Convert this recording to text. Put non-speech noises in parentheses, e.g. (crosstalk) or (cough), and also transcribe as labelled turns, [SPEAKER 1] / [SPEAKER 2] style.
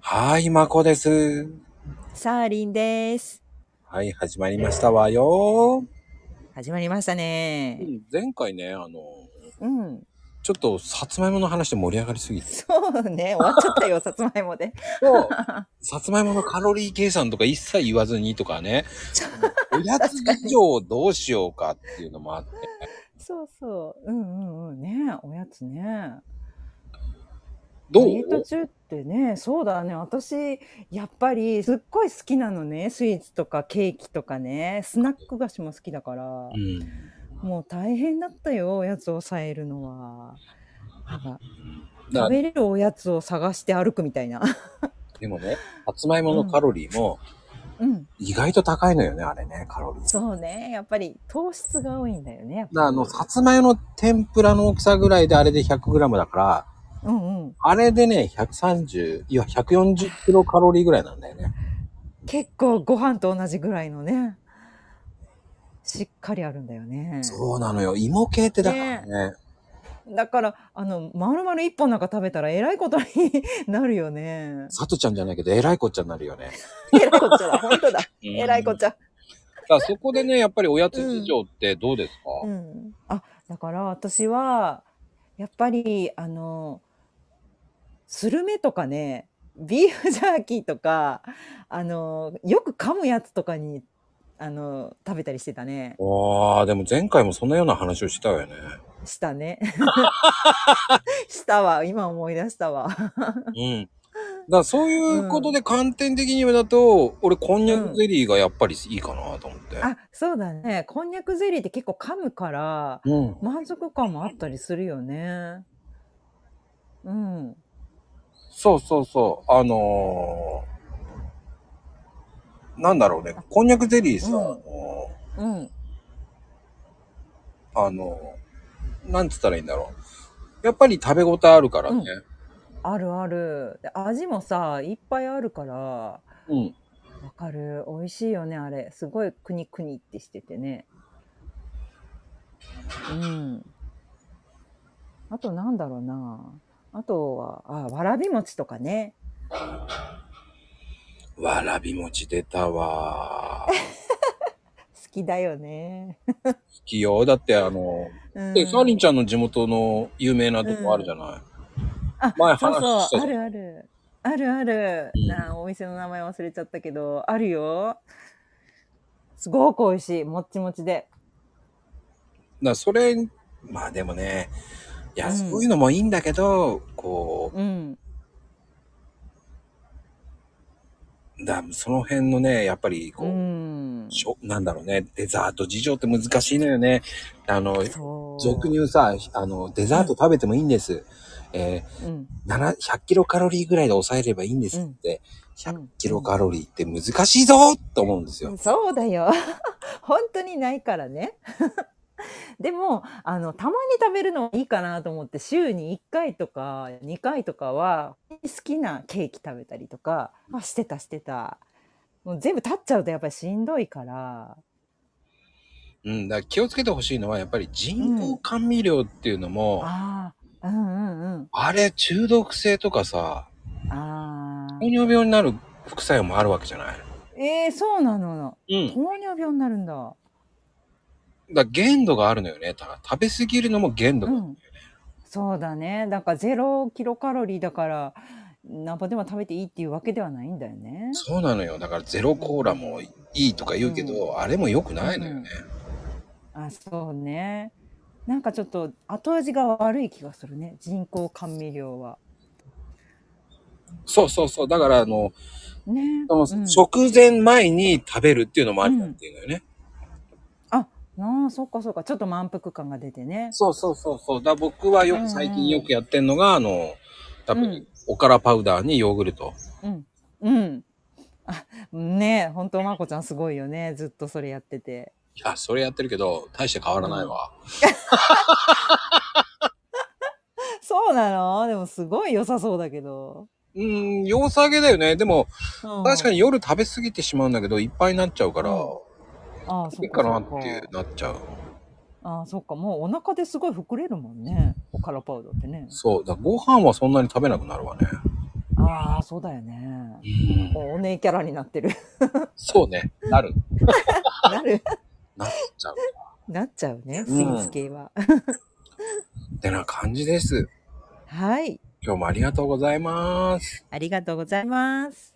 [SPEAKER 1] はい、まこです。
[SPEAKER 2] サーリンです。
[SPEAKER 1] はい、始まりましたわよ。
[SPEAKER 2] 始まりましたね。
[SPEAKER 1] 前回ね、あの、
[SPEAKER 2] うん。
[SPEAKER 1] ちょっとさつまいもの話で盛り上がりすぎて。
[SPEAKER 2] (laughs) そうね。終わっちゃったよ、さつまいもで。 (laughs)
[SPEAKER 1] さつまいものカロリー計算とか一切言わずにとかね。おやつ以上どうしようかっていうのもあって。
[SPEAKER 2] そうそう。うんうんうん。ねおやつね。
[SPEAKER 1] どう
[SPEAKER 2] ダイエット中ってね、そうだね。私、やっぱり、すっごい好きなのね。スイーツとかケーキとかね。スナック菓子も好きだから。
[SPEAKER 1] うん。
[SPEAKER 2] もう大変だったよ、おやつを抑えるのは。なんか
[SPEAKER 1] だ
[SPEAKER 2] 食べれるおやつを探して歩くみたいな。 (laughs)
[SPEAKER 1] でもね、さつまいものカロリーも
[SPEAKER 2] うん。
[SPEAKER 1] 意外と高いのよね、あれね、カロリー。
[SPEAKER 2] そうね。やっぱり糖質が多いんだよね。やっぱり
[SPEAKER 1] だあの、さつまいもの天ぷらの大きさぐらいであれで 100g だから、
[SPEAKER 2] うんうん。
[SPEAKER 1] あれでね、130、いや、140キロカロリーぐらいなんだよね。
[SPEAKER 2] 結構ご飯と同じぐらいのね、しっかりあるんだよね。
[SPEAKER 1] そうなのよ。芋系ってだからね。
[SPEAKER 2] だから、あの、丸々一本なんか食べたらえらいことになるよね。
[SPEAKER 1] さとちゃんじゃないけど、えらいこっちゃになるよね。
[SPEAKER 2] (laughs) えらいこっちゃだ、本当だ。えらいこっ
[SPEAKER 1] ち
[SPEAKER 2] ちゃ。
[SPEAKER 1] ゃ。だからそこでね、やっぱりおやつ事情ってどうですか、
[SPEAKER 2] うん。あ、だから私は、やっぱり、あの、スルメとかね、ビーフジャーキーとか、あの、よく噛むやつとかに、あの、食べたりしてたね。
[SPEAKER 1] わあ、でも前回もそんなような話をしたわよね。
[SPEAKER 2] した (laughs) ね。したわ。今思い出したわ。
[SPEAKER 1] うん。だからそういうことで観点的にだと、俺、こんにゃくゼリーがやっぱりいいかなと思って。
[SPEAKER 2] あ、そうだね。こんにゃくゼリーって結構噛むから、
[SPEAKER 1] うん。
[SPEAKER 2] 満足感もあったりするよね。うん。
[SPEAKER 1] そうそうそう。あのー、なんだろうね。こんにゃくゼリーさ、
[SPEAKER 2] うん
[SPEAKER 1] あのー
[SPEAKER 2] うん。
[SPEAKER 1] あの、なんつったらいいんだろう。やっぱり食べ応えあるからね。
[SPEAKER 2] あるある。で味もさ、いっぱいあるから、わ
[SPEAKER 1] うん。
[SPEAKER 2] かる。美味しいよね、あれ。すごいくにくにってしててね。うん。あとなんだろうな。あとは、あ、わらび餅とかね。
[SPEAKER 1] わらび餅出たわ。好
[SPEAKER 2] 好きだよね。
[SPEAKER 1] きよ。だってあの、
[SPEAKER 2] うん
[SPEAKER 1] で、サーリンちゃんの地元の有名なとこあるじゃない。
[SPEAKER 2] あ
[SPEAKER 1] 前話
[SPEAKER 2] そう
[SPEAKER 1] した
[SPEAKER 2] そう、
[SPEAKER 1] じゃ
[SPEAKER 2] あ
[SPEAKER 1] ん
[SPEAKER 2] るある。あるある。
[SPEAKER 1] うん
[SPEAKER 2] なあお店の名前忘れちゃったけど、あるよ。すごく美味しい。もっちもち
[SPEAKER 1] だ
[SPEAKER 2] で。
[SPEAKER 1] からそれ、まあでもね、いや、
[SPEAKER 2] うん
[SPEAKER 1] そういうのもいいんだけど、こ
[SPEAKER 2] うん。
[SPEAKER 1] う、だその辺のね、やっぱりこ
[SPEAKER 2] う
[SPEAKER 1] う、
[SPEAKER 2] ん。
[SPEAKER 1] しょなんだろうね、デザート事情って難しいのよね。あの、
[SPEAKER 2] そう。
[SPEAKER 1] 俗に言うさ、あの、デザート食べてもいいんです。えー
[SPEAKER 2] うん。
[SPEAKER 1] 7 100キロカロリーぐらいで抑えればいいんですって、
[SPEAKER 2] うん
[SPEAKER 1] 100キロカロリーって難しいぞと思うんですよ。
[SPEAKER 2] そうだよ。 (laughs) 本当にないからね。 (laughs) でもあのたまに食べるのいいかなと思って週に1回とか2回とかは好きなケーキ食べたりとかあしてたしてたもう全部立っちゃうとやっぱりしんどいから
[SPEAKER 1] うん、だから気をつけてほしいのはやっぱり人工甘味料っていうのも、
[SPEAKER 2] ああうんうんうん
[SPEAKER 1] あれ中毒性とかさ、
[SPEAKER 2] ああ
[SPEAKER 1] 糖尿病になる副作用もあるわけじゃない。
[SPEAKER 2] えー、そうなの
[SPEAKER 1] うん。
[SPEAKER 2] 糖尿病になるんだ
[SPEAKER 1] だから限度があるのよね。だから食べ過ぎるのも限度
[SPEAKER 2] う
[SPEAKER 1] がある。
[SPEAKER 2] んそうだねだからゼロキロカロリーだから何ぼでも食べていいっていうわけではないんだよね
[SPEAKER 1] そうなのよ。だからゼロコーラもいいとか言うけど、あれも良くないのよね。
[SPEAKER 2] あそうねなんかちょっと後味が悪い気がするね人工甘味料は
[SPEAKER 1] そうそうそう。だからあの、
[SPEAKER 2] ね
[SPEAKER 1] その
[SPEAKER 2] うん
[SPEAKER 1] 食前前に食べるっていうのもありだっていうのよね。
[SPEAKER 2] ああそっかそっかちょっと満腹感が出てね
[SPEAKER 1] そうそうそうそう。だ僕はよ
[SPEAKER 2] うんう
[SPEAKER 1] く
[SPEAKER 2] ん
[SPEAKER 1] 最近よくやってんのが、あの、多分、
[SPEAKER 2] うん
[SPEAKER 1] おからパウダーにヨーグルト。
[SPEAKER 2] うんうんあねえほんとまこちゃんすごいよねずっとそれやってて
[SPEAKER 1] いや、それやってるけど、大して変わらないわ。
[SPEAKER 2] そうなのでもすごい良さそうだけど、
[SPEAKER 1] うん、ん、良さげだよね。でも、
[SPEAKER 2] うん
[SPEAKER 1] 確かに夜食べ過ぎてしまうんだけど、いっぱいになっちゃうから、
[SPEAKER 2] うん
[SPEAKER 1] い
[SPEAKER 2] ああそっ
[SPEAKER 1] いか
[SPEAKER 2] か
[SPEAKER 1] な
[SPEAKER 2] そっか
[SPEAKER 1] っていうなっちゃう。
[SPEAKER 2] ああそっかもうお腹ですごい膨れるもんねおからパウダーってね
[SPEAKER 1] そう。だからご飯はそんなに食べなくなるわね。
[SPEAKER 2] あああ、そうだよね。
[SPEAKER 1] うん。
[SPEAKER 2] もうお姉キャラになっ
[SPEAKER 1] (laughs)
[SPEAKER 2] てる。
[SPEAKER 1] そうね。なる。
[SPEAKER 2] なる。
[SPEAKER 1] なっちゃう。
[SPEAKER 2] なっちゃうね、ス
[SPEAKER 1] うん
[SPEAKER 2] イーツ系は。
[SPEAKER 1] ってな感じです。
[SPEAKER 2] はい。
[SPEAKER 1] 今日もありがとうございます。
[SPEAKER 2] ありがとうございます。